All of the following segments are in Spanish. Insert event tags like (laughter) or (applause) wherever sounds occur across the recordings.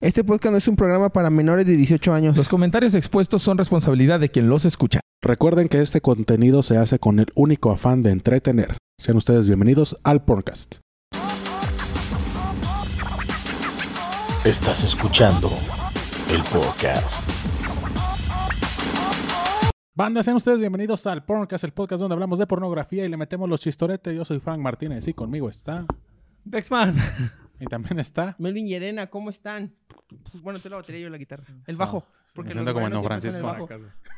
Este podcast no es un programa para menores de 18 años. Los comentarios expuestos son responsabilidad de quien los escucha. Recuerden que este contenido se hace con el único afán de entretener. Sean ustedes bienvenidos al podcast. Estás escuchando el podcast. Banda, sean ustedes bienvenidos al Porncast, el podcast donde hablamos de pornografía y le metemos los chistoretes. Yo soy Frank Martínez y conmigo está. Dexman. Y también está. Melvin y Elena, ¿cómo están? Pues, Bueno, te la batería y yo la guitarra. El bajo. me siento los como en Don morenos siempre Francisco.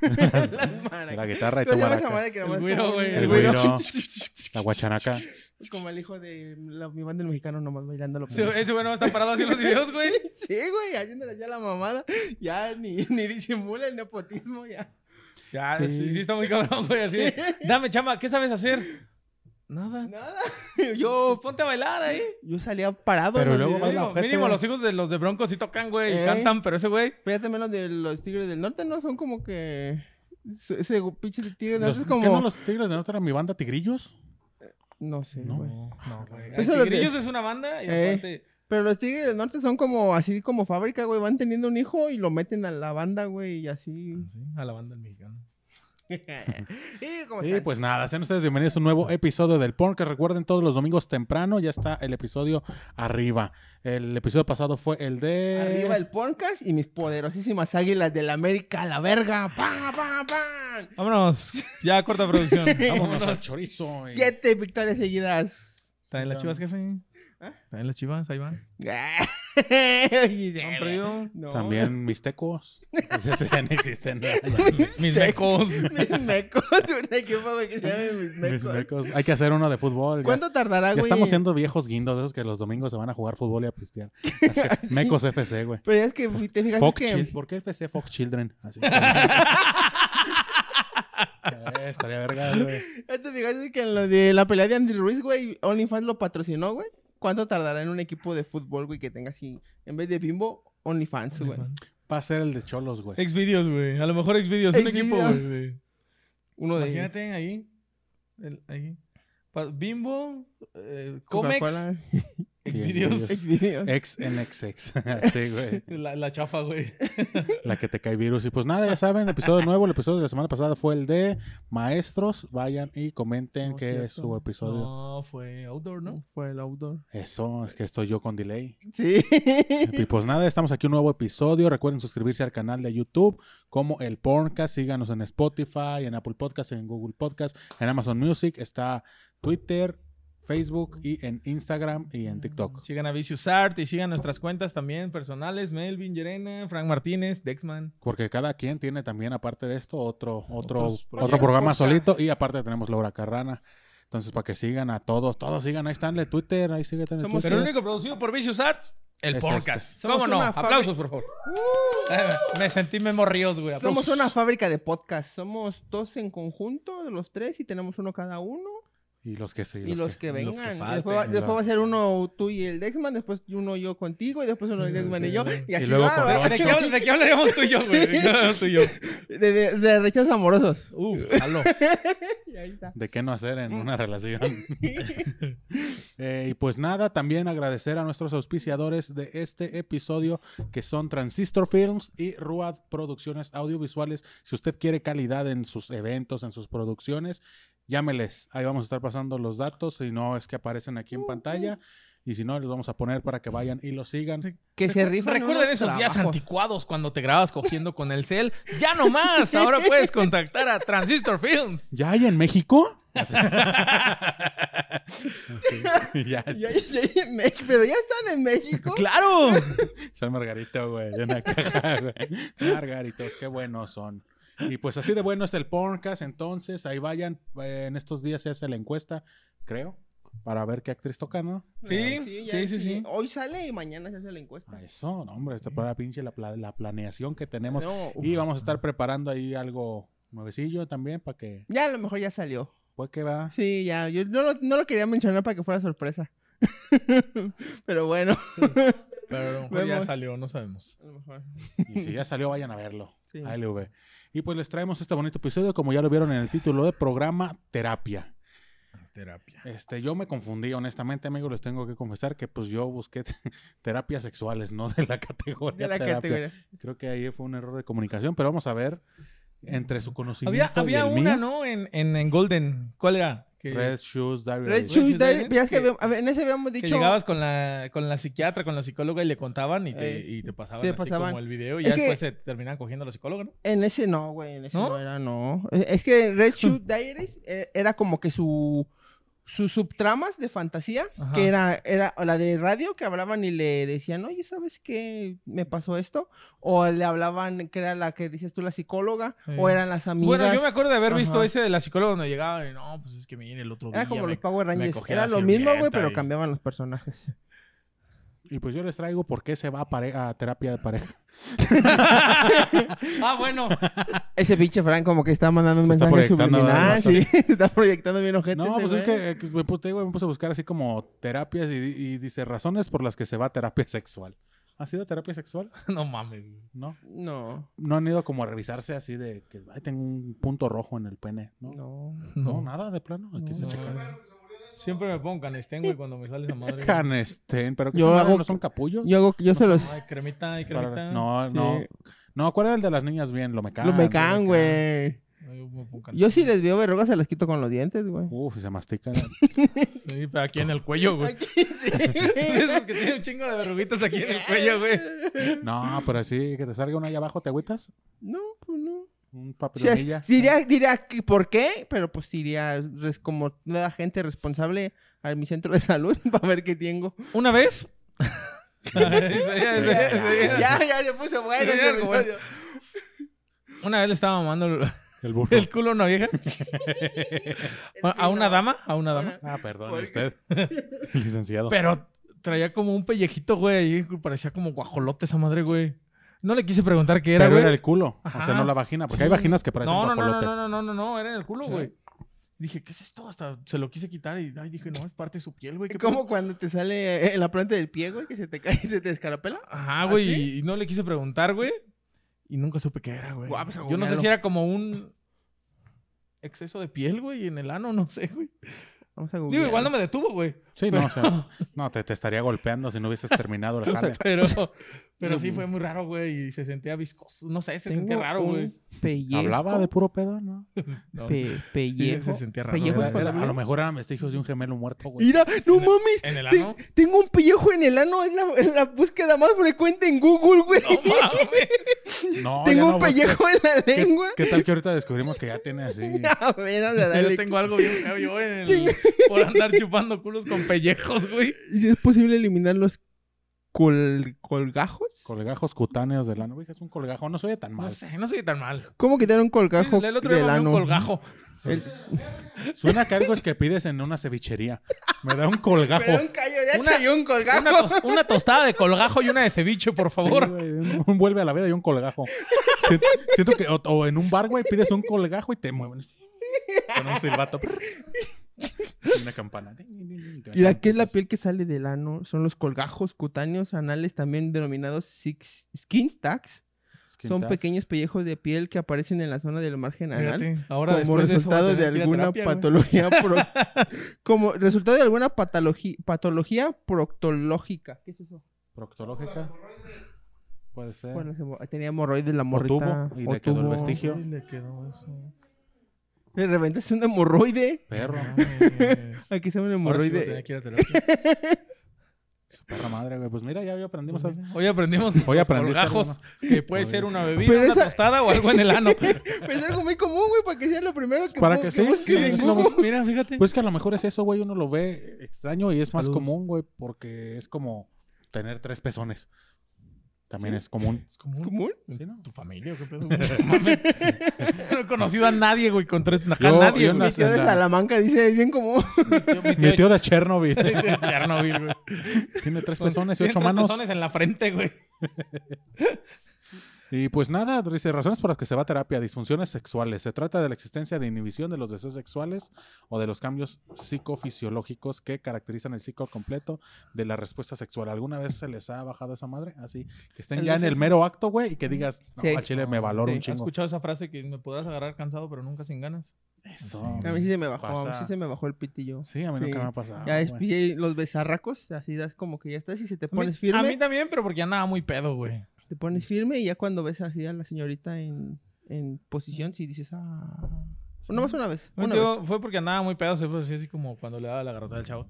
son el bajo. (laughs) Las maracas. La guitarra y ¿Cómo tu se llama maraca. esa madre que nomás El está güiro, güey, moviendo? El güiro. güiro, (laughs) la guachanaca. Es (laughs) como el hijo de la- mi banda del mexicano nomás bailando lo Ese, ese güey no está parado así en los videos, güey. Sí, güey, haciéndole ya la mamada. Ya ni, ni disimula el nepotismo, ya. Ya, sí, sí está muy cabrón, güey. Así de, dame, chama, ¿qué sabes hacer? Nada. Nada. Pues Yo, ponte a bailar ahí. yo salía parado. Pero en los luego videos. baila Mínimo, ojete. mínimo los hijos de los de Broncos sí tocan, güey, y Ey. cantan, pero ese güey. Fíjate menos de los Tigres del Norte, ¿no? Son como que... Ese ese pinche Tigres del Norte Los, es ¿Qué como... no los tigres de norte eran mi banda tigrillos? No sé, No. güey. No, güey. Eso es lo que- ¿Eh? Tigrillos es una banda y Ey. aparte. Pero los Tigres del Norte son como así como fábrica, güey. Van teniendo un hijo y lo meten a la banda, güey, y así. (laughs) a la banda del mexicano. y como Y pues nada, sean ustedes bienvenidos a un nuevo episodio del Porncast. Recuerden todos los domingos temprano, ya está el episodio arriba. El episodio pasado fue el de. Arriba el podcast y mis poderosísimas águilas del América a la verga. ¡Pam, pam, pam! Vámonos. Ya corta (laughs) producción. Vámonos al Vámonos. chorizo. y- Siete victorias seguidas. (laughs) Traen las chivas, jefe. Traen las chivas, ahí van. ¿Han ¿Han perdido? No. (laughs) También mis tecos. Esos (laughs) ya no existen. Mis mecos. (laughs) Mis mecos, un equipo güey, que se llama Mis Mis Mecos. tecos. Hay que hacer uno de fútbol. ya- ¿Cuánto tardará, Ya, güey? estamos siendo viejos guindos, esos que los domingos se van a jugar fútbol y a (laughs) pistear. Así, Mecos FC, güey. Pero ya es que fui- te fijas es Fox Ah, que... Chil- ¿Por qué FC Fox Children? (laughs) Así. Eh, Estaría verga, güey. Ya ¿Te fijaste que en lo de la pelea de Andy Ruiz, güey, OnlyFans lo patrocinó, güey? ¿Cuánto tardará en un equipo de fútbol, güey, que tenga así, en vez de Bimbo, OnlyFans, güey? Va a ser el de Cholos, güey. Exvideos, güey. A lo mejor Exvideos. Un equipo, Xvideos. güey. de- Uno de Imagínate ahí. El, ahí. Pa- Bimbo, eh, Comex, Coca-Cola, Xvideos. (laughs) Xvideos. Ex en XX. (laughs) Sí, güey. La, la chafa, güey. La que te cae virus. Y pues nada, ya saben, episodio nuevo. El episodio de la semana pasada fue el de maestros. Vayan y comenten No, que es cierto. su episodio. No, fue outdoor, ¿no? Fue el outdoor. Eso, es que estoy yo con delay. (laughs) Sí. Y pues nada, estamos aquí un nuevo episodio. Recuerden suscribirse al canal de YouTube como el Porncast. Síganos en Spotify, en Apple Podcast, en Google Podcast, en Amazon Music. Está Twitter, Facebook y en Instagram y en TikTok. Sigan a Vicious Art y sigan nuestras cuentas también personales. Melvin, Yerena, Frank Martínez, Dexman. Porque cada quien tiene también, aparte de esto, otro, otro, Otros otro programa proyectos. solito. Y aparte tenemos Laura Carrana. Entonces, para que sigan a todos, todos sigan. Ahí están en Twitter, ahí sigan en Somos- Pero el Twitter. único producido por Vicious Arts, el Es podcast. este. ¿Cómo Somos no? una fábrica- Aplausos, por favor. Eh, me sentí Memo Ríos, güey. Aplausos. Somos una fábrica de podcast. Somos dos en conjunto, de los tres, y tenemos uno cada uno. Y los que sí. Y los que los vengan. que después, va, falten. después va a ser uno tú y el Dexman, después uno yo contigo, y después uno el Dexman y yo. Y así luego va, con- va. ¿De qué, habl- de qué hablaríamos tú y yo, güey? ¿De qué hablaríamos (laughs) tú y yo? De, de- de rechazos amorosos. Uh, aló. Y ahí está. de qué no hacer en una relación. Eh, y pues nada, también agradecer a nuestros auspiciadores de este episodio, que son Transistor Films y Ruad Producciones Audiovisuales. Si usted quiere calidad en sus eventos, en sus producciones, llámeles. Ahí vamos a estar pasando los datos, si no es que aparecen aquí en pantalla. Y si no, les vamos a poner para que vayan y lo sigan. Que se rifan. Recuerden unos esos días trabajos. anticuados cuando te grabas cogiendo con el cel. ¡Ya no más! Ahora puedes contactar a Transistor Films. ¿Ya hay en México? (laughs) Sí, (laughs) ya. (laughs) Ya- ya- ya en Mex- Pero ya están en México. ¡Claro! San Margarito, güey. De una (laughs) caja, güey. Margaritos, qué buenos son. Y pues así de bueno es el podcast. Entonces, ahí vayan. eh, en estos días se hace la encuesta, creo, para ver qué actriz toca, ¿no? Sí, ya- sí, sí, sí. Hoy sale y mañana se hace la encuesta. A Eso, no, hombre, esta para pinche la, pla- la planeación que tenemos. No, uf. Y vamos a estar preparando ahí algo nuevecillo también para que. Ya a lo mejor ya salió. Pues que va. Sí, ya. Yo no lo, no lo quería mencionar para que fuera sorpresa. (laughs) Pero bueno. Pero a lo mejor ya Vemos. salió, no sabemos. A lo mejor. Y si ya salió, vayan a verlo. Sí. ALV. Y pues les traemos este bonito episodio, como ya lo vieron en el título de programa Terapia. Terapia. Este, yo me confundí, honestamente, amigos, les tengo que confesar que pues yo busqué (laughs) te- terapias sexuales, no de la (laughs) categoría. De la terapia. categoría. Creo que ahí fue un error de comunicación, pero vamos a ver entre su Había, conocimiento había y el una, mío, ¿no? En, en, en Golden. ¿Cuál era? Que, Red Shoes Diary. Red Shoes Shoes Diary, Diary, veas que que- habíamos- a ver, en ese habíamos que dicho. llegabas con la, con la psiquiatra, con la psicóloga y le contaban y te, Eh, y te pasaban se así pasaban. como el video y Es ya que- después se terminaban cogiendo a la psicóloga, ¿no? En ese no, güey, en ese ¿No? no, era, no. Es es (laughs) que Red Shoe Diaries eh, era como que su sus subtramas de fantasía, Ajá. que era, era la de radio que hablaban y le decían, oye, ¿sabes qué me pasó esto? O le hablaban, que era la que dices tú, la psicóloga, Sí. o eran las amigas. Bueno, yo me acuerdo de haber visto Ajá. ese de la psicóloga donde llegaba y no, pues es que me viene el otro Era día. como me- los Power Rangers. cogí a Era la lo mismo, güey, sirvienta pero y- cambiaban (laughs) los personajes. Y pues yo les traigo por qué se va a, pare- a terapia de pareja. Ah, bueno. (laughs) Ese pinche Frank como que está mandando un Se está mensaje proyectando, subliminal. ¿verdad? Sí, (laughs) se está proyectando bien ojete No, ese pues es güey. que, eh, que me, puse, te digo, me puse a buscar así como terapias y, di- y dice razones por las que se va a terapia sexual. ¿Ha sido terapia sexual? No mames. güey. No. No, No han ido como a revisarse así de que ay, tengo un punto rojo en el pene. No, no, no. No, nada de plano. Aquí No, se no. checa. Siempre me pongo canestén, güey, cuando me sale esa madre. güey. Canestén, pero que Yo son, hago- no son capullos. Yo, hago- yo se los... Ay, cremita, ay, Para- cremita. no, Sí. no. No, ¿cuál era el de las niñas bien? Lo me Lo me can, güey. No, yo me pongo Yo canestén. si les veo verrugas se las quito con los dientes, güey. Uf, y se mastica. Sí, pero aquí en el cuello, (laughs) güey. (laughs) sí. Esos que tienen un chingo de verruguitas aquí en el cuello, güey. No, pero así que te salga una allá abajo, ¿te agüitas? No, pues no. Un O sea, papilonilla. diría, diría que por qué, pero pues iría res- como toda gente responsable a mi centro de salud (laughs) para ver qué tengo. Una (laughs) vez. (laughs) ya, ya se puso bueno Sí, ese algo bueno. (laughs) episodio. Una vez le estaba mamando el, El burro. el culo a una vieja. Bueno, a una dama, a una dama. Ah, perdón, (laughs) ¿Por usted. Licenciado. Pero traía como un pellejito, güey. ahí, Parecía como guajolote esa madre, güey. No le quise preguntar qué era, Pero güey. era el culo. O Ajá. sea, no la vagina. Porque Sí. hay vaginas que parecen No, no, no, no, guajolote. no, no, no, no, no, era en el culo, Sí. güey. Dije, ¿qué es esto? Hasta se lo quise quitar y ay, dije, no, es parte de su piel, güey. ¿qué Como pedo? cuando te sale eh, en la planta del pie, güey, que se te cae y se te escarapela. Ajá, güey. ¿Ah, Y no le quise preguntar, güey. Y nunca supe qué era, güey. Guau, pues, Yo no sé googlealo. si era como un exceso de piel, güey, en el ano, no sé, güey. Vamos a Digo, googlear. igual no me detuvo, güey. Sí, no, o sea, no, te, te estaría golpeando si no hubieses terminado el jale. (laughs) Pero, pero sí fue muy raro, güey. Y se sentía viscoso. No sé, se sentía Tengo raro, un güey. Pellejo. Hablaba de puro pedo, ¿no? No. Pe- Sí, pellejo. se sentía raro. pellejo Era- güey. con era- a W. lo mejor eran vestigios de un gemelo muerto, güey. Mira, no mames. ¿En el Te- ano? tengo un pellejo en el ano. Es la, es la búsqueda más frecuente en Google, güey. No mames. No, ya (laughs) tengo no un pellejo busques. en (laughs) la ¿Qué- lengua. ¿Qué, tal que ahorita descubrimos que ya (laughs) tiene así? A ver, vamos a Yo darle. tengo algo bien feo yo en el- por andar chupando culos con pellejos, güey. ¿Y si es posible eliminar los col- colgajos? Colgajos cutáneos del ano. Güey, es un colgajo. No se oye tan mal. No sé, no soy tan mal. ¿Cómo quitar un colgajo el otro del día me ano? un colgajo. El- Suena a algo que pides en una cevichería. Me da un (laughs) colgajo. Pero un callo de Una- hacha y un colgajo. Una, (laughs) tos- una tostada de colgajo y una de ceviche, por Sí, favor. güey, un- un vuelve a la vida y un colgajo. Si- Siento que, o, o en un bar, güey, pides un colgajo y te mueven. Con un silbato. Y una campana. Mira, ¿qué es la piel que sale del ano? Son los colgajos cutáneos anales, también denominados six- skin tags. Skin Son tags. pequeños pellejos de piel que aparecen en la zona del margen anal. Fíjate, ahora como después de eso voy a resultado de, tener que ir a alguna terapia, güey. (laughs) patología pro- como resultado de alguna patologi- patología proctológica. ¿Qué es eso? Proctológica. Puede ser. Bueno, se mo- tenía hemorroides la morrita. tuvo, Eh. y le quedó el vestigio. Ay, le quedó eso. De repente es un hemorroide. Perro. Mames. Aquí está un Ahora sí voy a tener hemorroide. que ir a terapia. Su perra madre, güey. Pues mira, ya hoy aprendimos. a- Hoy aprendimos Hoy los aprendiste algo, colgajos, que puede Muy ser bien. una bebida, Pero una esa- tostada o algo en el ano. Pero es algo muy común, güey, para que sea lo primero que Para bu- que sí, busques sí, en sí, Google. no- Mira, fíjate. Pues que a lo mejor es eso, güey. Uno lo ve extraño y es más Saludos. común, güey, porque es como tener tres pezones. También es común. Es como ¿Es un- común? ¿Sí, no? ¿Tu familia? ¿Qué pedo? güey? No mames. (laughs) No he conocido a nadie, güey, con tres. Acá Yo- nadie, yo güey. Mi tío de Anda. Salamanca dice, es bien común. (laughs) Yo- mi Mi tío tío de Chernobyl de Chernobyl, güey. tiene tres Con- pezones Pues tiene y ocho tres manos. pezones en la frente, güey. Y pues nada, dice razones por las que se va a terapia, disfunciones sexuales. Se trata de la existencia de inhibición de los deseos sexuales o de los cambios psicofisiológicos que caracterizan el ciclo completo de la respuesta sexual. ¿Alguna vez se les ha bajado esa madre? Así, que estén El ya en deseo el mero acto, güey, y que digas, no, Sí. al chile me valoro Sí. un ¿Has chingo. escuchado esa frase que me podrás agarrar cansado pero nunca sin ganas? Eso, A mí sí se me bajó, a mí Pasa. sí se me bajó el pitillo. Sí, a mí nunca me ha pasado. Ya güey. despide los besarracos, así das como que ya estás y si te A mí, pones firme, a mí también, pero porque andaba muy pedo, güey. te pones firme y ya cuando ves así a la señorita en, en posición, sí dices, ah... No más una vez, No, una tío, vez. pues- fue porque andaba muy pedo, se fue así, así como cuando le daba la garrota al chavo.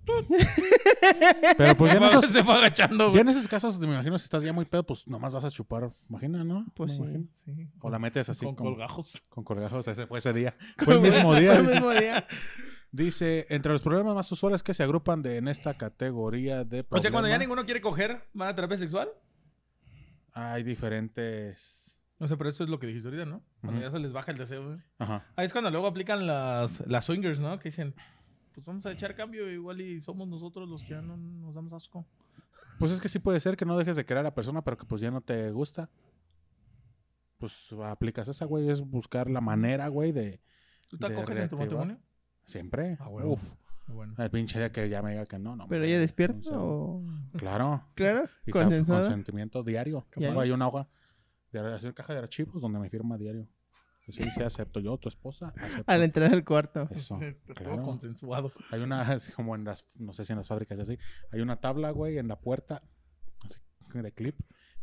Pero pues ya Se (laughs) fue, en, esos, se fue agachando, ya güey. en esos casos, me imagino, si estás ya muy pedo, pues nomás vas a chupar. Imagina, ¿no? Pues Me sí. imagino. Sí, O la metes así con como- colgajos. Con colgajos, ese fue (laughs) ese día. Fue el mismo día. (laughs) Fue el dice. mismo día. Dice, entre los problemas más usuales que se agrupan de, en esta categoría de O problemas, sea, cuando ya ninguno quiere coger, ¿van a terapia sexual? hay diferentes... No sé, pero eso es lo que dijiste ahorita, ¿no? Cuando Ujú. ya se les baja el deseo, güey. Ajá. Ahí es cuando luego aplican las, las swingers, ¿no? Que dicen, pues vamos a echar cambio, igual y somos nosotros los que ya no nos damos asco. Pues es que sí puede ser que no dejes de querer a la persona, pero que pues ya no te gusta. Pues aplicas esa, güey, es buscar la manera, güey, de... ¿Tú te De acoges en tu reactivar. matrimonio? Siempre. Ah, huevo. Uf, Bueno. el pinche día que ya me diga que no, no. Pero hombre, ella no despierta sé. o... Claro. Claro, Y con condensada. consentimiento diario. Ya Tengo es. ahí una hoja de hacer caja de archivos donde me firma diario. Sí, dice, acepto yo, tu esposa. acepto". Al entrar al cuarto. (laughs) Eso, Todo claro. consensuado. Hay una, (laughs) así como en las, no sé si en las fábricas es así, hay una tabla, güey, en la puerta, así, de clip,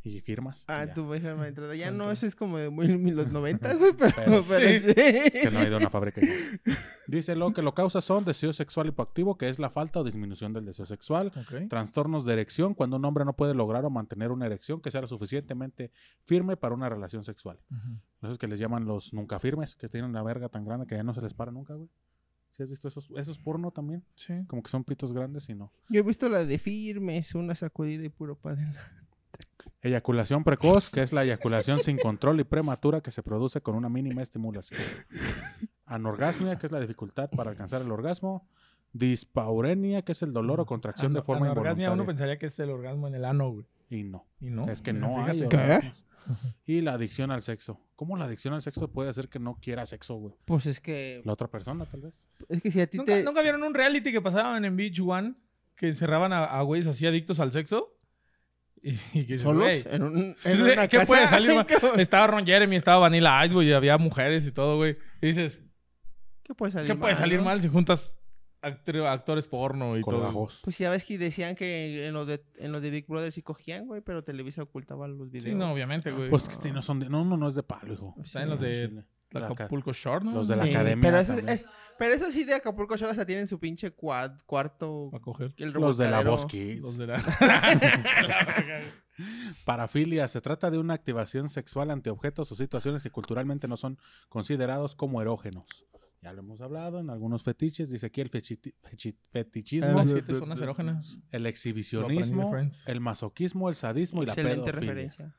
y firmas. y Ah, ya. tu vieja me entrada. Ya no, Ok. eso es como de muy, muy los 90, güey, pero, Pero (laughs) pero sí. sí. Es que no hay de una fábrica. igual. Dice, lo que lo causa son deseo sexual hipoactivo, que es la falta o disminución del deseo sexual. Ok. Trastornos de erección, cuando un hombre no puede lograr o mantener una erección que sea lo suficientemente firme para una relación sexual. Esos que les llaman los nunca firmes, que tienen la verga tan grande que ya no se les para nunca, güey. ¿Sí has visto esos? Eso es porno también. Sí. Como que son pitos grandes y no. Yo he visto la de firmes, una sacudida y puro padre. Eyaculación precoz, que es la eyaculación sin control y prematura que se produce con una mínima estimulación. Anorgasmia, que es la dificultad para alcanzar el orgasmo. Dispaurenia, que es el dolor o contracción de Ano- forma anorgasmia, involuntaria. uno pensaría que es el orgasmo en el ano, güey. Y no. Y no. Es que Mira, no hay. fíjate. orgasmos. Y la adicción al sexo. ¿Cómo la adicción al sexo puede hacer que no quiera sexo, güey? Pues es que. La otra persona, tal vez. Es que si a ti ¿Nunca, te. nunca vieron un reality que pasaban en Beach One que encerraban a, a güeyes así adictos al sexo? Y, y que dices, ¿Solos? güey, En, un, en una ¿Qué casa. puede (laughs) salir mal? ¿Qué, Estaba Ron Jeremy, estaba Vanilla Ice, güey, y había mujeres y todo, güey. Y dices, qué puede salir ¿qué puede salir no? mal si juntas actri- actores porno y todo? Colgajos. Pues ya ves que decían que en lo de, en lo de Big Brother sí cogían, güey, pero Televisa ocultaba los videos. Sí, no, obviamente, güey. Pues que este no son de. No, no, no es de palo, hijo. Están los de Chile. La La ca- Acapulco Short, ¿no? los de la Sí, academia Pero eso, también. es- pero eso sí de Acapulco Shore hasta tienen su pinche cuad- cuarto. A coger. el Los de la revolcadero. voz kids. Los de (laughs) la... Parafilia. Se trata de una activación sexual ante objetos o situaciones que culturalmente no son considerados como erógenos. Ya lo hemos hablado en algunos fetiches. Dice aquí el fechiti- fechi- fetichismo, Las siete zonas erógenas. el Lo exhibicionismo, aprendí de Friends. el masoquismo, el sadismo y la Excelente pedofilia. referencia.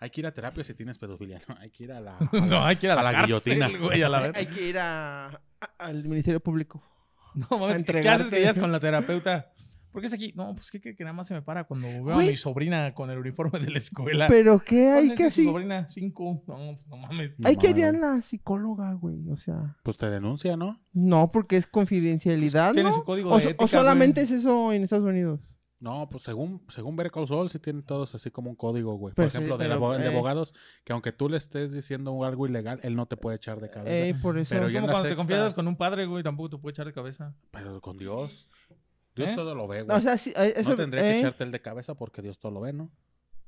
Hay que ir a terapia si tienes pedofilia. No, hay que ir a la... No, hay que ir a la, A la cárcel, guillotina. güey, a la verga. Hay que ir a, a- al Ministerio Público. (laughs) No mames, ¿qué- ¿qué entregarte. haces que llegas con la terapeuta? ¿Por qué es aquí? No, pues que, que, que nada más se me para cuando veo a Güey. mi sobrina con el uniforme de la escuela. Pero qué ¿Cuál hay es que de su así. sobrina? Cinco. No, pues no mames. No Hay que mames, ir a güey. la psicóloga, güey. O sea, Pues te denuncia, ¿no? no, porque es confidencialidad, Tiene Ah, ¿no? su código O, de so- o ética, solamente güey. es eso en Estados Unidos. No, pues según, según Better Call Saul, sí tienen todos así como un código, güey. Por Pues sí, ejemplo, del pero, abo- el de eh. abogados, que aunque tú le estés diciendo algo ilegal, él no te puede echar de cabeza. Ey, Eh, por eso. pero Es ya en como la cuando te sexta- confiesas con un padre, güey, tampoco te puede echar de cabeza. Pero con Dios. Dios ¿Eh? todo lo ve, güey. o sea, sí, eh, eso. no tendría que eh, echarte el de cabeza porque Dios todo lo ve, ¿no?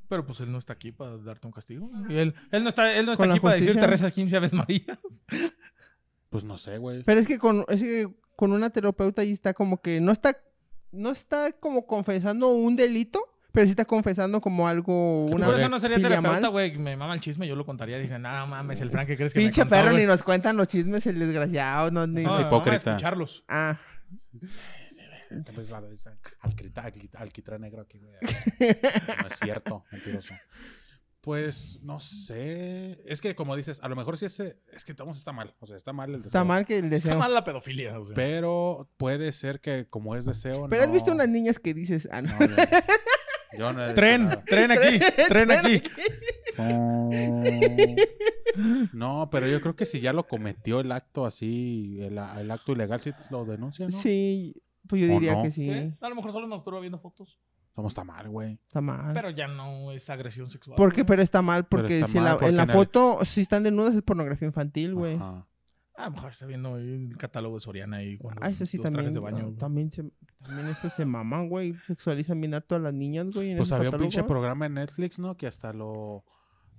Pero pues él no está aquí para darte un castigo. Y él, él no está, él no está Con la aquí para decirte justicia. rezas 15 Aves María. Pues no sé, güey. Pero es que con, es que con una terapeuta ahí está como que no está, no está como confesando un delito, pero sí está confesando como algo, Que una Por eso no sería filia terapeuta, mal. güey. Me mama el chisme, yo lo contaría. Dicen, no mames, el Frank que crees que Pinche me contó, perro, güey?" ni nos cuentan los chismes el desgraciado, no, ni No, Es no, hipócrita. no, escucharlos. Ah, Se me sale esa alcrita- alqui- alquitrán negro aquí, (laughs) güey. No es cierto, mentiroso. Pues no sé. Es que como dices, a lo mejor sí ese. Es que estamos está mal. O sea, está mal el deseo. está mal que el deseo. Está mal la pedofilia, o sea. Pero puede ser que como es deseo. Pero has visto no- unas niñas que dices, ah, no. No, (laughs) yo- yo no he dicho Tren, nada. tren aquí, tren aquí. No, pero yo creo que si ya lo cometió el acto así, el, el acto ilegal, si lo denuncia, ¿no? Sí, pues yo ¿O diría no? que sí. ¿Eh? A lo mejor solo nos estuvo viendo fotos. Somos tan mal, güey. Está mal. Pero ya no es agresión sexual. Ah. ¿Por qué? güey. Pero está mal, Pero porque está si mal, la- porque en la en el- foto, si están desnudas, es pornografía infantil, güey. Ajá. A lo mejor está viendo el catálogo de Soriana y con los, Ah, eso sí los trajes también. de baño. ah, güey. también se, también estos se maman, güey. Sexualizan bien harto a las niñas, güey. en Pues ese había un pinche catálogo. programa en Netflix, ¿no? Que hasta lo,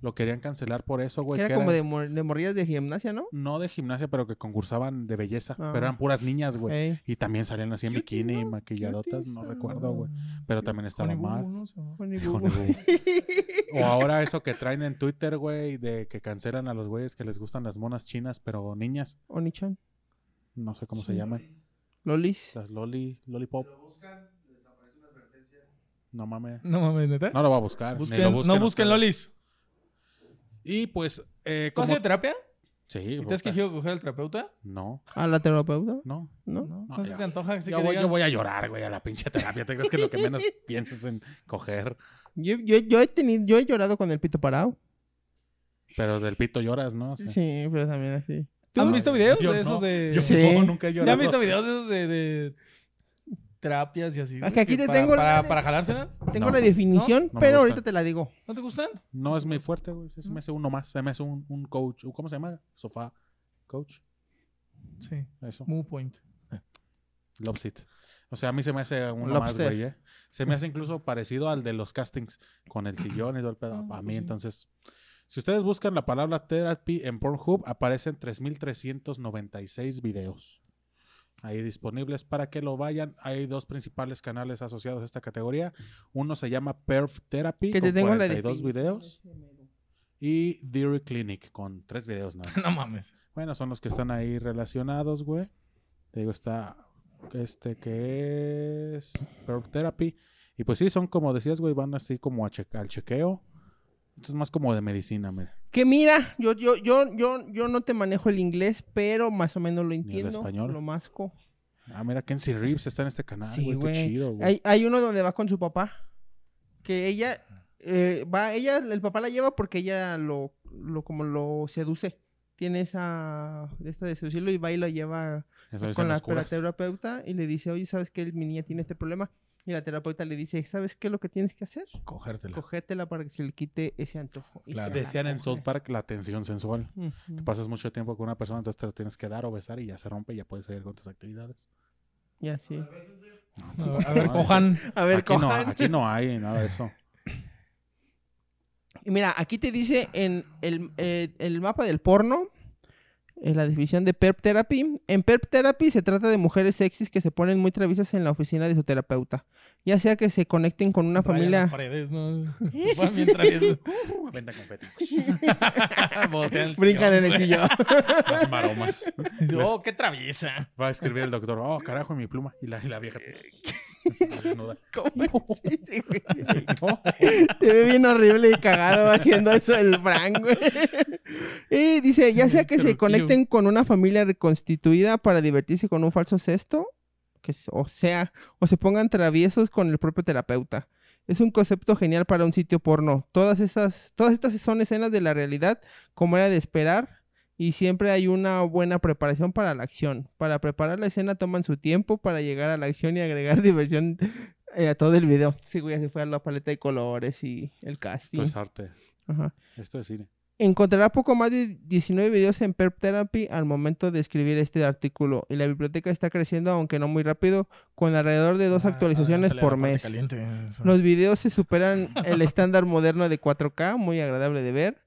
lo querían cancelar por eso, güey. Que Pues, que era como eran- de, mor- de morrillas de gimnasia, ¿no? No de gimnasia, pero que concursaban de belleza. Ah. Pero eran puras niñas, güey. Ey. Y también salían así en Cuties, bikini y ¿no? maquilladotas, Cuties, Pues, no ah, recuerdo, güey. Pero (laughs) también estaba Honey Boo mal. Boo, ¿no? Se llama. Honey Hijo de Boo Boo. Boo. (laughs) O ahora eso que traen en Twitter, güey, de que cancelan a los güeyes que les gustan las monas chinas, pero niñas. Onichan. No sé cómo se llaman. Lolis. Las loli, lollipop. No mames. No mames, neta. No lo va a buscar. ni Busquen- lo no ustedes. busquen Lolis. Y pues, eh, ¿Tú has como... ido a terapia? Sí, ¿Y te has puta. quejido coger al terapeuta? No, ¿A la terapeuta? no. ¿No? No, ¿No se ya. te antoja? así Yo que voy, digan, yo voy a llorar, güey, a la pinche terapia. ¿Te crees que es lo que (laughs) menos piensas en coger? Yo, yo, yo he tenido, yo he llorado con el pito parado. Pero del pito lloras, ¿no? O sea, Sí, pero también así. ¿Han ¿Tú? visto videos Ah, Yo de no, esos de...? Yo Sí. no, nunca he ¿Ya llorado. han visto videos de esos de, de terapias y así? Ah, güey, que aquí te para, tengo la- Para, para jalárselas. Tengo No. la definición, No me gustan. pero ahorita te la digo. ¿No te gustan? No es muy fuerte, güey. Se me hace uno más. Se me hace un, un coach. ¿Cómo se llama? Sofá. Coach. Sí. Eso. Move point. Lopsit. O sea, a mí se me hace uno más, Lobster. güey, ¿eh? Se me hace incluso parecido al de los castings con el sillón y todo el pedo. Ah, a pues mí, sí. entonces. Si ustedes buscan la palabra therapy en Pornhub, aparecen 3.396 videos ahí disponibles para que lo vayan. Hay dos principales canales asociados a esta categoría. Uno se llama Perf Therapy Que te con tengo la 42 definición. videos y Dairy Clinic con tres videos nada (laughs) No mames. bueno, son los que están ahí relacionados, güey. Te digo, está este que es Perk Therapy. Y pues sí, son como decías, güey, van así como a checa- al chequeo. Esto es más como de medicina, mira. Que mira, yo, yo, yo, yo, yo no te manejo el inglés, pero más o menos lo entiendo. español. Lo masco. Ah, mira, Kenzie Reeves está en este canal, Sí, güey. Qué güey. chido, güey. Hay, hay uno donde va con su papá. Que ella eh, va, ella, el papá la lleva porque ella lo, lo como lo seduce. Tiene esa esta de seducirlo y va y lo lleva Eso dicen con la los curas. terapeuta y le dice, oye, ¿sabes qué? Mi niña tiene este problema. Y la terapeuta le dice, ¿sabes qué es lo que tienes que hacer? Cogértela. Cogétela para que se le quite ese antojo. Y Claro. se la Decían en coge. South Park la tensión sensual. Ujú. Que pasas mucho tiempo con una persona, entonces te lo tienes que dar o besar y ya se rompe y ya puedes seguir con tus actividades. Ya, sí. A ver, a ver, cojan. A ver, aquí, no, cojan. aquí no hay nada de eso. Y mira, aquí te dice en el, eh, el mapa del porno, en la definición de perp therapy. En perp therapy se trata de mujeres sexys que se ponen muy traviesas en la oficina de su terapeuta. Ya sea que se conecten con una Rayan las familia. paredes, ¿no? Van bien (laughs) traviesos. (laughs) Venta con fetiche. Voltean el Brincan en el güey. sillón. Las maromas. Oh, qué traviesa. Va a escribir el doctor, oh, carajo, en mi pluma. Y la, y la vieja. así, desnuda. ¿Cómo? (laughs) Sí, sí, güey. No. Te ve bien horrible y cagado haciendo eso el Frank, güey. Y dice, ya sea que se Truquillo. conecten con una familia reconstituida para divertirse con un falso cesto, que es- o sea, o se pongan traviesos con el propio terapeuta. Es un concepto genial para un sitio porno. Todas esas, todas estas son escenas de la realidad, como era de esperar, y siempre hay una buena preparación para la acción. Para preparar la escena toman su tiempo para llegar a la acción y agregar (laughs) diversión eh, a todo el video. Sí, güey, se fue a la paleta de colores y el casting. ah. Esto es arte. Ajá. Esto es cine. Encontrará poco más de 19 videos en Perp Therapy al momento de escribir este artículo. Y la biblioteca está creciendo, aunque no muy rápido, con alrededor de dos Ah, actualizaciones adelántale a la por parte mes. caliente. Los videos se superan el estándar moderno de 4K, muy agradable de ver.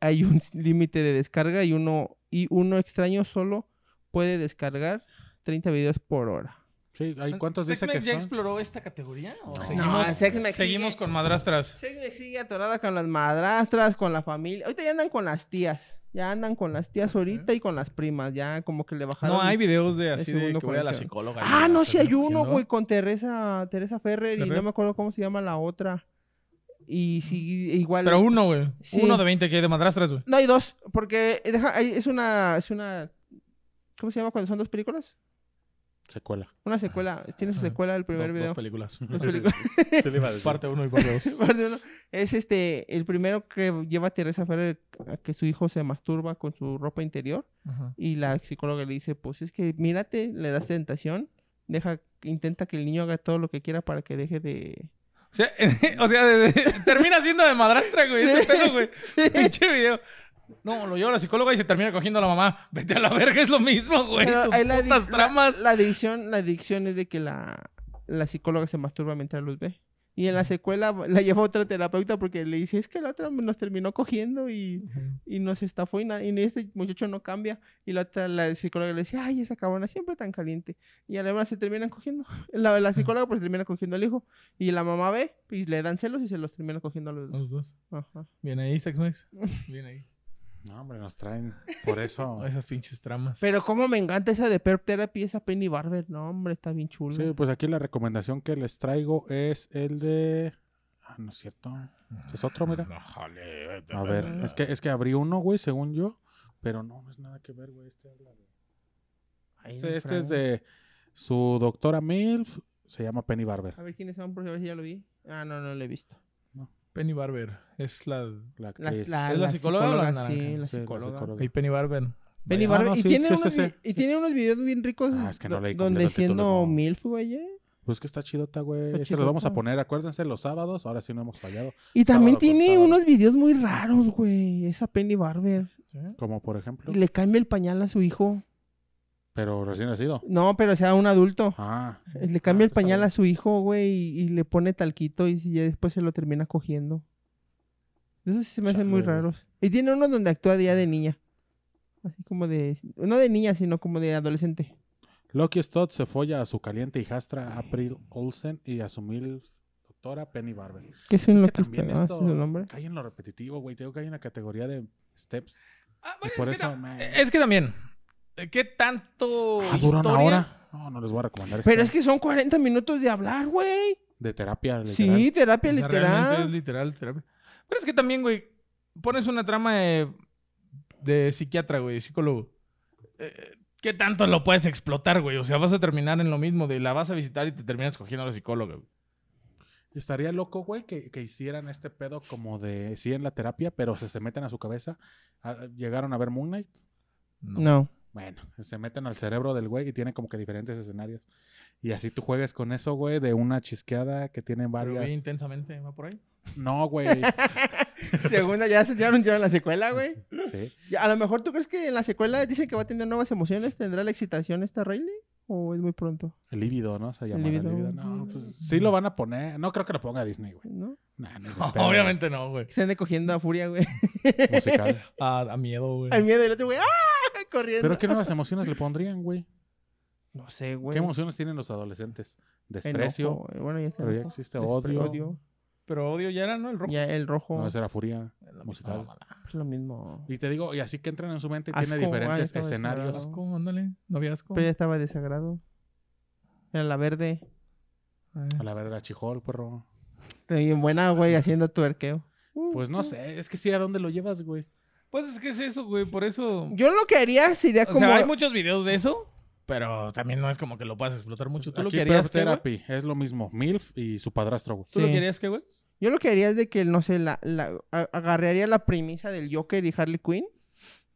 Hay un límite de descarga y uno, y uno extraño solo puede descargar 30 videos por hora. Sí, ¿hay cuántos ¿Sex dice que Men ya son? exploró esta categoría? ¿O No. No, Sex Men seguimos sigue. con madrastras. Se me sigue atorada con las madrastras, con la familia. Ahorita ya andan con las tías. Ya andan con las tías ahorita y con las primas. Ya como que le bajaron. No hay videos de así de de segundo que voy a la conexión. psicóloga. Ah, y- no, sí hay uno, ¿no? güey, con Teresa, Teresa Ferrer, y Ferrer. no me acuerdo cómo se llama la otra. Y sí, igual. Pero uno, güey. Sí. Uno de 20 que hay de madrastras, güey. No, hay dos, eh, porque deja, hay- es una, es una, ¿cómo se llama cuando son dos películas? Secuela. Una secuela, tiene su Ajá. secuela el primer Do- video. Ah, Dos películas. (laughs) Dos películas. (laughs) Sí, le iba a decir. Parte 1 y parte 2. (laughs) Parte uno. Es este, el primero que lleva a Teresa Ferrer a que su hijo se masturba con su ropa interior. Y la psicóloga le dice, pues es que mírate, le das tentación, deja, intenta que el niño haga todo lo que quiera para que deje de... O sea, (laughs) o sea de- de- termina siendo de madrastra, güey. Ese pedo, güey. Pinche video. No, lo lleva la psicóloga y se termina cogiendo a la mamá. Vete a la verga, es lo mismo, güey. Pero Tus ahí la, putas adic- la- tramas. la adicción, la adicción es de que la, la psicóloga se masturba mientras los ve. Y en la secuela (laughs) la lleva otra terapeuta porque le dice, es que la otra nos terminó cogiendo y, y nos estafó y, na- y este muchacho no cambia. Y la otra, la psicóloga le dice, ay, esa cabrona siempre tan caliente. Y además se terminan cogiendo. (laughs) La, la psicóloga pues termina cogiendo al hijo. Y la mamá ve y le dan celos y se los termina cogiendo a los dos. Los dos. Ajá. Bien ahí, Sex Mex. Bien ahí. No, hombre, nos traen. (laughs) Por eso. Esas pinches tramas. Pero cómo me encanta esa de Perp Therapy, esa Penny Barber. No, hombre, está bien chulo. Sí, pues aquí la recomendación que les traigo es el de. Ah, no es cierto. Este es otro, mira. No, jale, vete A ver, verga. es que, es que abrí uno, güey, según yo. Pero no, no es nada que ver, güey. Este habla de- Ay, Este, don este es Frank. de su doctora Milf. Se llama Penny Barber. A ver quiénes son, por a ver si ya lo vi. Ah, no, no lo he visto. Penny Barber. Es la. La La, actriz. la- ¿Es la Ah, la psicóloga psicóloga, o la sí, naranja? la Sí, psicóloga. Y Penny Barber. Benny Ah, Barber, no, y, sí, tiene sí, sí, unos, sí. vi- y tiene unos videos bien ricos Ah, es que no do- leí completo donde el título, siendo no. MILF, güey. ¿eh? Pues que está chidota, güey. Está Ese lo vamos a chidota. poner, acuérdense, los sábados. Ahora sí no hemos fallado. Y también Sábado con tiene sábado. unos videos muy raros, güey. Esa Penny Barber. ¿Sí? Como por ejemplo. Y le cambia el pañal a su hijo. Pero recién nacido. No, pero sea un adulto. Ah, Le cambia Ah, pues, el está pañal bien. a su hijo, güey, y, y le pone talquito y si ya después se lo termina cogiendo. Esos se me hacen muy Chale, güey. raros. Y tiene uno donde actúa ya de niña. Así como de... No de niña, sino como de adolescente. Loki Stott se folla a su caliente hijastra April Olsen y a su Milf doctora Penny Barber. Que es un Es que loquista, también ¿no? Ese es esto su nombre. cae en lo repetitivo, güey. Tengo que hay una categoría de steps. Ah, Y vaya, por es, eso que ta- me- es que también. ¿Qué tanto. Ah, duran historia? ahora. No, no les voy a recomendar Oh, Pero este es que son 40 minutos de hablar, güey. de terapia. literal. Sí, terapia O sea, realmente es literal. literal, terapia. Pero es que también, güey, pones una trama de, de psiquiatra, güey, de psicólogo. Eh, ¿Qué tanto lo puedes explotar, güey? O sea, vas a terminar en lo mismo de la vas a visitar y te terminas cogiendo a la psicóloga, güey. Estaría loco, güey, que, que hicieran este pedo como de sí en la terapia, pero se, se meten a su cabeza. Ah, Llegaron a ver Moon Knight. No. Bueno, se meten al cerebro del güey y tiene como que diferentes escenarios. Y así tú juegues con eso, güey, de una chisqueada que tiene Pero varias. bien intensamente, va por ahí. (laughs) No, güey. (laughs) Segunda, ya se ya anunciaron la secuela, güey. Sí. Y A lo mejor tú crees que en la secuela dicen que va a tener nuevas emociones. ¿Tendrá la excitación esta Riley? ¿O es muy pronto? El líbido, ¿no? Se llama el líbido. líbido. Mm. No, pues sí lo van a poner. No creo que lo ponga Disney, güey. ¿No? (laughs) Nah, ni de pedo, güey. Obviamente no, güey. Que se ande cogiendo a furia, güey. (laughs) Musical. A, a miedo, güey. Al miedo del otro, güey. ¡Ah! Corriendo. Pero qué nuevas emociones le pondrían, güey. No sé, güey. ¿Qué emociones tienen los adolescentes? Enojo, Desprecio. güey. Bueno, ya está. Pero ya enojo. existe Despre- odio. Pero odio ya era, ¿no? El rojo. Ya el rojo. No, esa era furia. La misma musical. mamada. Es lo mismo. Y te digo, y así que entran en su mente, tiene Asco, ah, diferentes estaba escenarios. desagradable. Asco, ándale. No había asco. Pero ya estaba desagrado. Era la verde. Eh. A la verdad, chijol, perro. Bien buena, güey, haciendo tuerqueo. Uh, Pues no sé, es que sí, ¿a dónde lo llevas, güey? Pues es que es eso, güey. Por eso. Yo lo que haría sería O como. sea, hay muchos videos de eso, pero también no es como que lo puedas explotar mucho. Pues, ¿Tú lo Aquí querías Perf qué, güey? Therapy es lo mismo. Milf y su padrastro, güey. ¿Tú lo Sí. querías qué, güey? Yo lo que haría es de que, no sé, la, la- a- agarraría la premisa del Joker y Harley Quinn,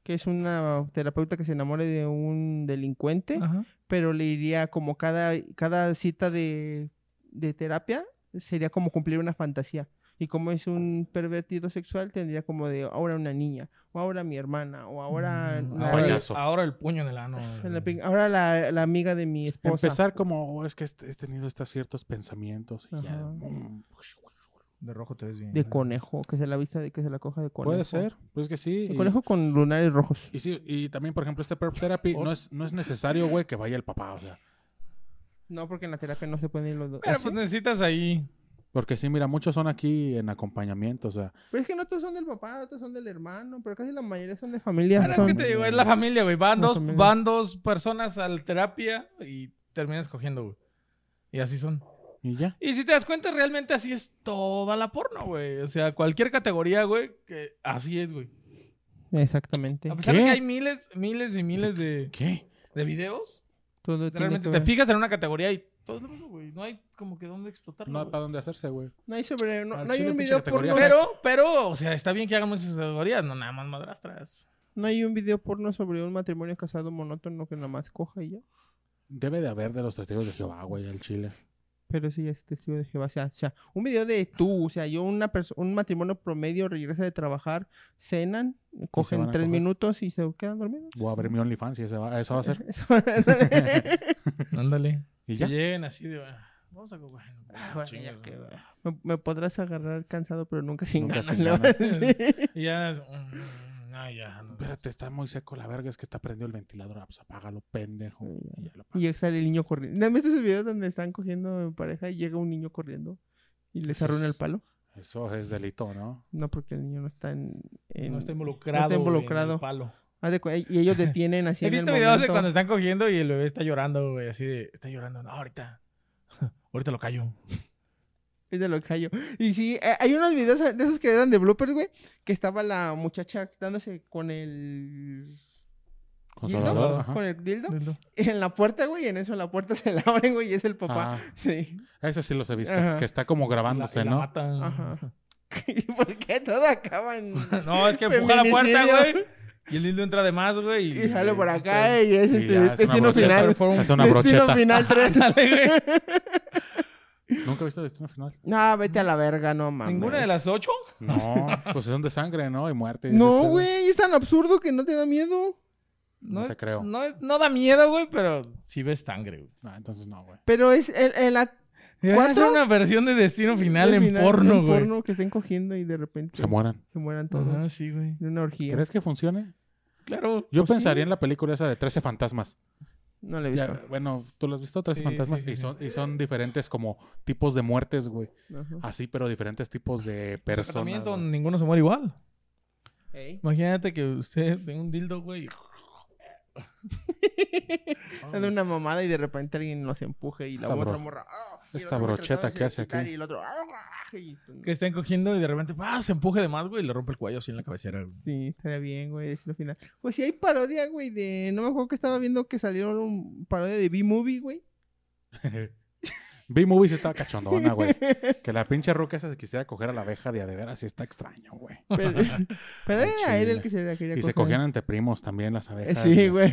que es una terapeuta que se enamore de un delincuente, Ajá. pero le iría como cada, cada cita de, de terapia, sería como cumplir una fantasía. Y como es un pervertido sexual, tendría como de ahora una niña, o ahora mi hermana, o ahora, Mm, la- ahora, el, payaso. ahora el puño en el ano. la pin- ahora la, la amiga de mi esposa. Empezar como, oh, es que est- he tenido estos ciertos pensamientos. y ya, Ajá. mm. De rojo te ves bien. De conejo, que se la vista de que se la coja de conejo. Puede ser, pues que sí. De y- conejo con lunares rojos. Y, sí, y también, por ejemplo, este Perf Therapy no es, no es necesario, güey, que vaya el papá, o sea. No, porque en la terapia no se pueden ir los dos. ¿Ah, Pero sí? pues necesitas ahí. Porque sí, mira, muchos son aquí en acompañamiento, o sea. Pero es que no todos son del papá, otros son del hermano, pero casi la mayoría son de familia. Ahora es son- que te digo, es la familia, güey. Van La dos, familia. van dos personas a la terapia y terminas cogiendo, güey. Y así son. Y ya. Y si te das cuenta, realmente así es toda la porno, güey. O sea, cualquier categoría, güey, que así es, güey. Exactamente. A pesar ¿Qué? de que hay miles, miles y miles de, ¿Qué? de videos, Todo tiene Realmente que te ver. fijas en una categoría y todo es lo mismo, güey. No hay como que dónde explotarlo. No hay güey. para dónde hacerse, güey. No hay sobre... No, Al no hay chile, un pinche video categoría. porno... Pero, pero, o sea, está bien que hagamos esas categorías, no nada más madrastras. No hay un video porno sobre un matrimonio casado monótono que nada más coja y ya. Debe de haber de los testigos de Jehová, güey, al Chile. Pero ese ya es testigo de Jehová. O sea, o sea, un video de tú, o sea, yo, una perso- un matrimonio promedio regresa de trabajar, cenan, van cogen a tres coger. minutos y se quedan dormidos. Voy a abrir mi OnlyFans y ese va- eso va a ser. (laughs) Eso- (laughs) Bueno, Ándale. (laughs) Y Que ya. lleguen así de. ah, Vamos a. Bueno, pues, chingas, ya que güey. va. me, me podrás agarrar cansado, pero nunca sin Nunca ganas. sin le va a (laughs) ganas. (laughs) decir. Y ya. es, mm, No, ya. no. Espérate, está muy seco la verga, es que está prendido el ventilador. Ah, Pues apágalo, pendejo. Y ya lo y apagas. ya sale el niño corriendo. ¿No ¿Has visto esos videos donde están cogiendo en pareja y llega un niño corriendo y les (laughs) arruina el palo? Eso es delito, ¿no? No, porque el niño no está en... en- No está involucrado. está güey, en el involucrado. palo. Haz de cu- y ellos detienen (laughs) así He en el visto videos de momento. cuando están cogiendo y el bebé está llorando, güey. Así de. Está llorando. No, ahorita. (laughs) Ahorita lo callo. Es de lo callo. Y sí, eh, hay unos videos de esos que eran de bloopers, güey, que estaba la muchacha dándose con el Conservador. dildo, ajá. con el dildo Dildo. en la puerta, güey, y en eso la puerta (laughs) se la abren, güey, y es el papá. Ah, Sí. ese sí los he visto. Ajá. Que está como grabándose, Y la- y la ¿no? matan. Ajá. (laughs) ¿Y por qué todo acaba en (laughs) No, (laughs) es que empuja la puerta, Feminicidio. güey. Y el dildo entra de más, güey. y jalo por acá y es Y este ya, es una destino brocheta. (laughs) (laughs) final? Fue un- Es una destino brocheta. (laughs) final 3. Ándale, güey. ¿Nunca he visto Destino Final? no, vete a la verga, no mames. ¿Ninguna de las ocho? No, pues son de sangre, ¿no? Y muerte. y ese No, pedo. güey, es tan absurdo que no te da miedo. No te es- creo. No, es- no da miedo, güey, pero sí ves sangre, güey. Ah, entonces no, güey. Pero es el, el at- Debería ser ¿Cuatro? una versión de Destino Final el en final, porno, el güey. porno que estén cogiendo y de repente Se mueran. se mueran todos Ajá, sí, güey. de una orgía. ¿Crees que funcione? Claro. Yo Pues sí. pensaría en la película esa de 13 fantasmas. No le he Ya, visto. bueno, tú lo has visto, 13 Sí, fantasmas. sí, sí, y, sí. son, y son diferentes como tipos de muertes, güey. Ajá. Ah. Así, pero diferentes tipos de personas. Tratamiento, güey. ninguno se muere igual. Ey. Imagínate que usted (laughs) tenga un dildo, güey. Dando una mamada y (laughs) de repente alguien los empuje y la Esta otra bro- morra. ¡ah! y el esta otro güey brocheta tratándose que de hace quitar aquí. Y el otro. ¡ah! Y- Que estén cogiendo y de repente ¡ah! se empuje de más, güey, y le rompe el cuello así en la cabecera. güey. Sí, estaría bien, güey, decirlo final. Pues sí hay parodia, güey, de... No me acuerdo que estaba viendo que salieron un parodia de B-Movie, güey. B-Movies estaba cachondona, (laughs) güey. Que la pinche roca esa se quisiera coger a la abeja de a de veras, sí está extraño, güey. Pero, (laughs) (laughs) pero Al era él el chile. que se la quería Y se coger. cogían entre primos también las Eh, abejas. Sí, güey.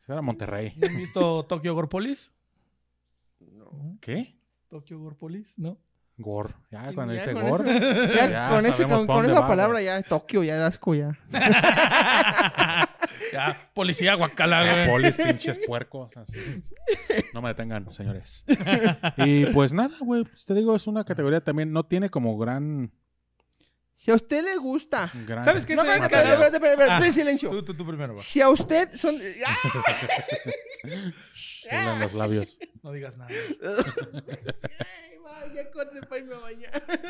Eso era Monterrey. ¿Han visto Tokyo Gorpolis? ¿Qué? Tokyo Gorpolis, ¿no? (laughs) Gore. Ya Sí, cuando ya dice con gore. Ya, Ya con, ese, sabemos con, pa' con dónde esa va, palabra güey. ya, Tokio, ya das asco ya. ya, policía guacala, güey. Polis, pinches puercos. así. No me detengan, señores. Y pues nada, güey. pues te digo, es una categoría también. No tiene como gran. Si a usted le gusta... gran ¿Sabes qué? No, Ese es espérate, cagado. espérate, espérate, espérate, espérate, Ah, espérate, silencio. Tú, tú, tú primero, va. Si a usted son... ¡Ah! Se hablan los (laughs) labios. No digas nada. Ay, va, ya corte para irme a bañar. (laughs)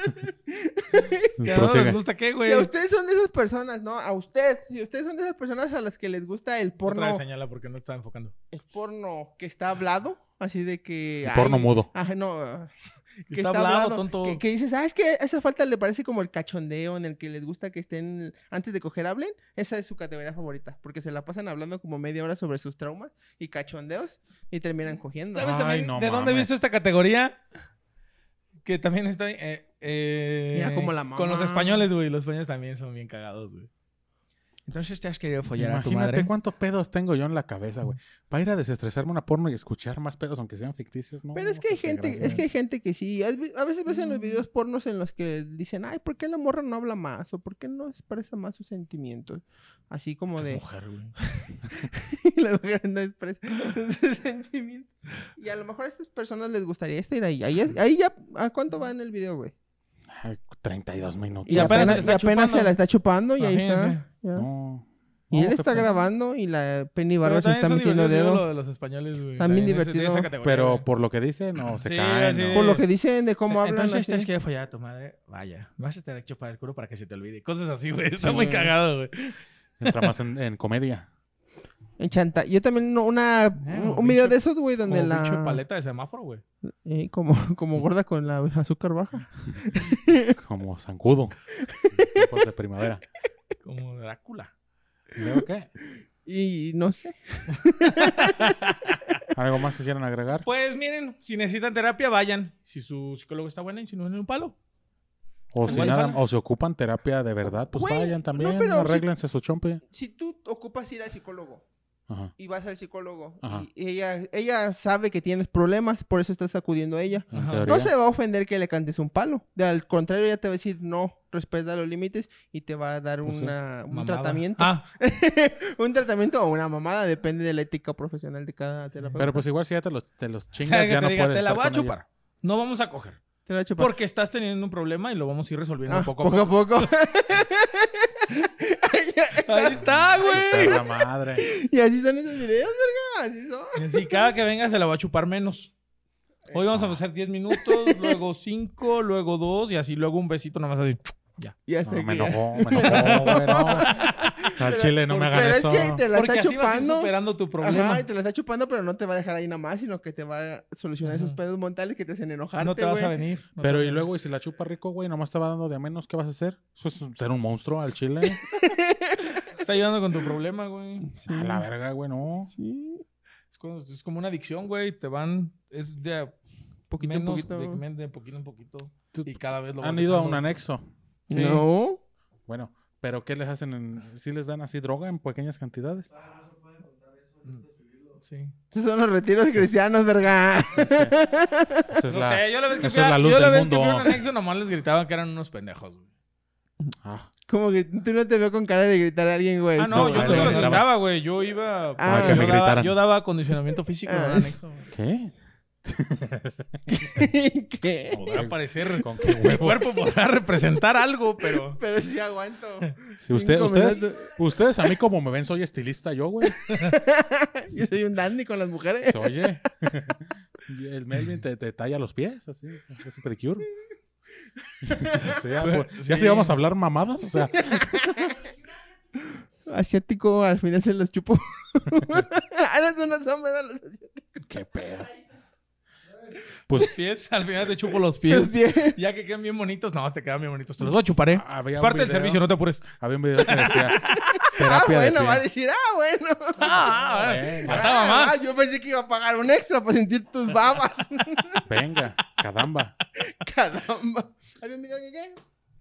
Ya no Prosigue. nos gusta qué, güey. Si a ustedes son de esas personas, ¿no? A usted, si ustedes son de esas personas a las que les gusta el Otra porno, vez señala porque no está enfocando. el porno que está hablado, así de que... El porno ay, mudo. Ajá, no. Que está hablado, tonto. Que, que dices, ah, es que esa falta le parece como el cachondeo en el que les gusta que estén antes de coger hablen. Esa es su categoría favorita, porque se la pasan hablando como media hora sobre sus traumas y cachondeos y terminan cogiendo. ¿Sabes Ay, también no de dónde he mames. visto esta categoría? Que también está bien, eh, eh, Mira cómo la Con los mamá. españoles, güey. Los españoles también son bien cagados, güey. Entonces te has querido follar a tu Imagínate madre. cuántos pedos tengo yo en la cabeza, güey. Para ir a desestresarme una porno y escuchar más pedos, aunque sean ficticios, ¿no? Pero es que pues, hay qué gente, es desgracia. que hay gente que sí, has vi- a veces ves en los Mm. videos pornos en los que dicen, ay, ¿por qué la morra no habla más? ¿O por qué no expresa más sus sentimientos? Así como Es de, mujer, güey. (laughs) la mujer no expresa (laughs) sus sentimientos. Y a lo mejor a estas personas les gustaría estar ahí. Ahí, es- ahí ya, ¿a cuánto va en el video, güey? Ay, 32 minutos. Y apenas apenas, se y la está apenas se chupando. la está chupando y ahí Imagínense. está. ya. No. Y No, él qué está feo. grabando y la Penny Pero Barber se está también son metiendo divertidos dedo. lo de los españoles, güey. También es de divertido. esa categoría, Pero güey. por lo que dice, no, se Sí, cae. así de- Por lo que dicen de cómo hablan. eh, Entonces este, te has así. querido follar a tu madre. Vaya, vas a tener que chupar el culo para que se te olvide. Cosas así, güey. Está muy cagado, güey. Entra más en, en comedia. En chanta. Yo también no- una, un, un un video bicho- de esos, güey, Eh, Como donde la... pinche paleta de semáforo, güey. Eh, como, como gorda con la azúcar baja. Como zancudo. en Tiempos de primavera. Como Drácula. ¿Y luego qué? Y no sé. ¿Algo más que quieran agregar? Pues miren, si necesitan terapia, vayan. Si su psicólogo está buena y si no, en un palo. O si Igual, nada, vale. o se ocupan terapia de verdad, pues Güey, vayan no, también, pero si- arréglense su chompe. Si tú ocupas ir al psicólogo Ajá. y vas al psicólogo Ajá. y ella, ella sabe que tienes problemas, por eso estás acudiendo a ella. en Ajá. teoría. No se va a ofender que le cantes un palo. De- al contrario, ella te va a decir no, respeta los límites y te va a dar Pues sí, una, un Mamada. tratamiento. Ah, (laughs) un tratamiento o una mamada, depende de la ética profesional de cada terapeuta. Pero pues igual si ya te los, te los o (laughs) chingas, sea, que ya te no diga, puedes te la estar voy a con ella. chupar. No vamos a (laughs) coger. Te la voy a chupar. Porque estás teniendo un problema y lo vamos a ir resolviendo Ah, poco a poco poco. a poco. Ay, ya- Ahí (laughs) está, Puta Ah, güey. la madre. y así son esos videos, verga. Así son. Si cada que venga se la va a chupar menos. Hoy vamos a pasar 10 minutos, luego 5, luego 2 y así luego un besito nomás así. Y hasta No, me que- enojó, me enojó, güey, no. Al chile no me hagan Pero eso. es que te la Porque está así vas a ir chupando. superando tu problema. Ajá, y te la está chupando, pero no te va a dejar ahí nada más, sino que te va a solucionar Ajá. esos pedos mentales que te hacen enojarte, Ah, no te vas a güey. venir. no te Pero vas y a luego, y si la chupa rico, güey, nomás te va dando de a menos, ¿qué vas a hacer? Eso es un- ser un monstruo al chile. venir. Te está ayudando con tu problema, güey. A la verga, güey, no. Sí, Es como, es como una adicción, güey. Te van. Es de a poquito a menos, poquito. De, men- de poquito en poquito. Tú- Y cada vez lo Han vas ido a un dejando. anexo. Sí. No. Bueno, pero ¿qué les hacen? En, ¿Sí les dan así droga en pequeñas cantidades? Sí. Esos son los retiros cristianos, verga. (laughs) Esa es No la- sé, yo la vez que esa fui es a- la luz yo la del vez que fui a mundo. un anexo nomás les gritaban que eran unos pendejos, güey. Ah, Como que tú no te veo con cara de gritar a alguien, güey. Ah, no, Sí, yo güey, solo le los gritaba. gritaba, güey. Yo iba. Ah, yo que me daba- gritaran. Yo daba acondicionamiento físico en el Ah. anexo. güey. ¿Qué? (laughs) ¿Qué? Podrá parecer. ¿Con qué Mi huevo? cuerpo podrá representar algo, pero. Pero (laughs) sí aguanto. (laughs) Si usted, Cinco ustedes, minutos. (laughs) ustedes a mí como me ven, soy estilista yo, güey. Yo soy un dandy con las mujeres. Se oye. (laughs) Y El Melvin te, te talla los pies, así, es pedicure. (laughs) O sea, Pero- pues, ya sí. si vamos a hablar mamadas, o sea, Asiático, al final se los (laughs) chupo. (laughs) ah, no, eso no son, ¿verdad? Los asiáticos. qué pedo. Pues Pies, al final te chupo los pies. Los pies. Ya que quedan bien bonitos, no, te quedan bien bonitos. Te los voy a chupar, ¿eh? Ah, había Es un parte del video- servicio, no te apures. Había un video que decía terapia (laughs) Ah, bueno, de va a pie. decir, ah, bueno. Ah, Venga, Faltaba Ah, más. yo pensé que iba a pagar un extra para sentir tus babas. venga, caramba. Caramba. ¿Había un video que qué?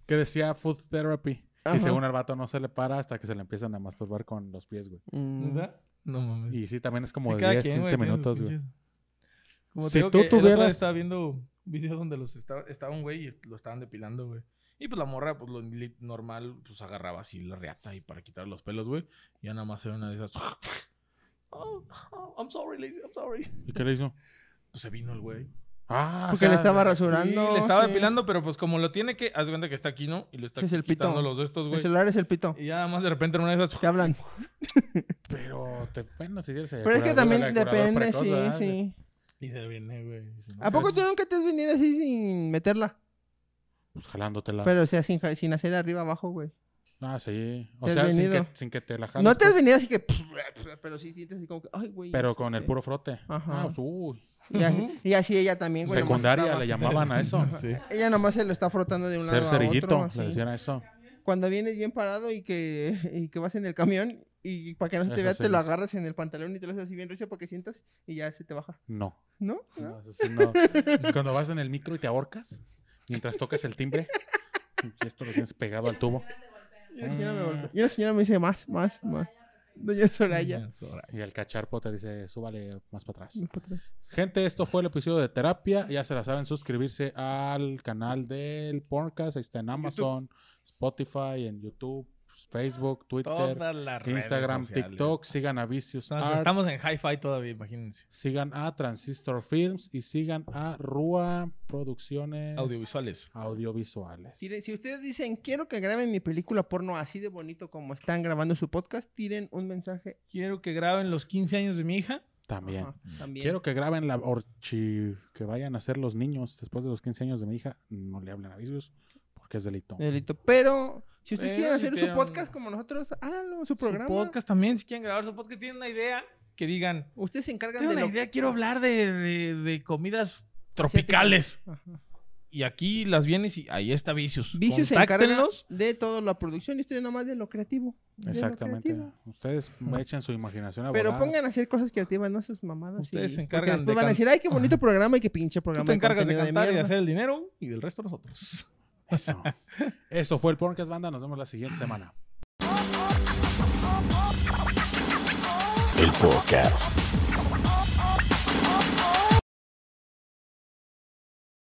Que decía food therapy. Ajá. Y según el vato no se le para hasta que se le empiezan a masturbar con los pies, güey. ¿Verdad? No mames. Y sí, también es como Sí, de cada 10, quien, güey, 15 tiene sus minutos, güey. pinches- Como Si si tú tú tuvieras. tuvieras- estaba viendo un video donde los estaba, estaba un güey y est- lo estaban depilando, güey. Y pues la morra, pues lo li- normal, pues agarraba así la reata y para quitar los pelos, güey. Y ya nada más era una de esas. (laughs) Oh, oh, I'm sorry, Lacey, I'm sorry. ¿Y qué le hizo? Pues se vino el güey. Ah, Porque le estaba rasurando. Sí, le estaba sí. depilando, pero pues como lo tiene que. Haz de cuenta que está aquí, ¿no? Y lo está Sí, es el pito. quitando los de estos, El güey. celular es el pito. Y ya nada más de repente en una de esas. Te hablan. Pero te, bueno, si eres Pero es que eyaculador- también eyaculador depende, precoz, sí, ¿verdad? sí. Y se viene, güey. y se- ¿A poco tú nunca te has venido así sin meterla? Pues jalándotela. Pero o sea, sin, sin hacer arriba abajo, güey. Ah, sí. O Te has sea, sin que, venido. sin que te la jales. No te has pues, venido así que... (laughs) Pero sí sientes así como que... Ay, güey. Pero este, con el puro frote. Ah, Ajá. pues, uy. (laughs) Y así, y así ella también, güey. nomás Secundaria estaba- (laughs) le (laughs) llamaban a eso. Sí. Ella nomás se lo está frotando de un Ser lado cerillito, a otro. le así. decían a eso. Cuando vienes bien parado y que, (laughs) y que vas en el camión y para que no se te Eso vea, sí. te lo agarras en el pantalón y te lo haces así bien recio para que sientas y ya se te baja. No. ¿No? No, eso sí, no. Cuando vas en el micro y te ahorcas, mientras tocas el timbre, y esto lo tienes pegado al tubo. Y la señora me Mm. volvió- y la señora me dice más, más, más. Doña Soraya. Y el cacharpo te dice, súbale más para Mm. atrás. Más para atrás. Gente, esto fue el episodio de terapia. Ya se la saben, suscribirse al canal del podcast. Ahí está en Amazon, Spotify, en YouTube, Facebook, Twitter, Todas las redes Instagram, sociales. TikTok. Sigan a Vicious Entonces, Arts, estamos en hi-fi todavía, imagínense. Sigan a Transistor Films y sigan a Rua Producciones Audiovisuales. Audiovisuales. Tiren- si ustedes dicen, quiero que graben mi película porno así de bonito como están grabando su podcast, tiren un mensaje Quiero que graben los 15 años de mi hija. También. Ajá, Mm. también. Quiero que graben la orchi que vayan a hacer los niños después de los 15 años de mi hija. No le hablen a Vicious porque es delito. Delito. Pero, si ustedes Pero quieren si hacer su quieren- podcast como nosotros, háganlo, su programa. Su podcast también, si quieren grabar su podcast, tienen una idea, que digan. Ustedes se encargan Tengo de una lo... idea, quiero hablar de, de- de comidas tropicales. Ajá. Y y aquí las vienes y ahí está Vicious. Vicious se encarga Contáctenlos. de toda la producción y ustedes nomás de lo creativo. de lo Exactamente. creativo. Ustedes echen su imaginación a Pero volar. pongan a hacer cosas creativas, no sus mamadas. Ustedes y- se porque encargan de después van a can- decir, ay, qué bonito programa y qué pinche Tú programa. te encargas de contenido cantar y de mierda". hacer el dinero y del resto nosotros. (laughs) Eso. Esto fue el Porncast Banda. Nos vemos la siguiente semana. El podcast.